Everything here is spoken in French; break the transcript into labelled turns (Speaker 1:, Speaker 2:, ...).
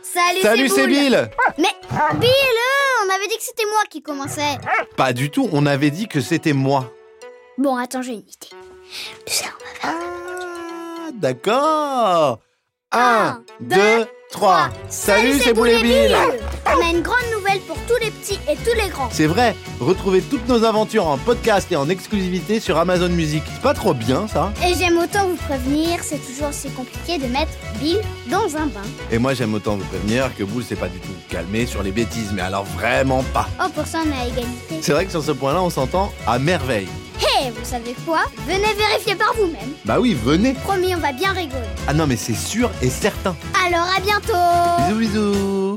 Speaker 1: Salut,
Speaker 2: Salut, c'est
Speaker 1: Boule.
Speaker 2: Bill
Speaker 1: Mais Bill, euh, on avait dit que c'était moi qui commençais.
Speaker 2: Pas du tout, on avait dit que c'était moi.
Speaker 1: Bon, attends, j'ai une idée. Tu sais, on va
Speaker 2: Oh,
Speaker 1: faire.
Speaker 2: Ah, d'accord Un, deux, trois. Salut, c'est
Speaker 1: Boule
Speaker 2: Boulet
Speaker 1: et
Speaker 2: Bill
Speaker 1: On a une grande nouvelle pour tous les petits et tous les grands.
Speaker 2: C'est vrai, retrouvez toutes nos aventures en podcast et en exclusivité sur Amazon Music. C'est pas trop bien, ça
Speaker 1: Et j'aime autant vous prévenir, c'est toujours si compliqué de mettre Bill dans un bain.
Speaker 2: Et moi, j'aime autant vous prévenir que Boule s'est pas du tout calmé sur les bêtises, mais alors vraiment pas.
Speaker 1: Oh, pour ça, on est à égalité.
Speaker 2: C'est vrai que sur ce point-là, on s'entend à merveille.
Speaker 1: Hé, vous savez quoi Venez vérifier par vous-même.
Speaker 2: Bah oui, venez
Speaker 1: Promis, on va bien rigoler.
Speaker 2: Ah non, mais c'est sûr et certain.
Speaker 1: Alors, à bientôt
Speaker 2: Bisous, bisous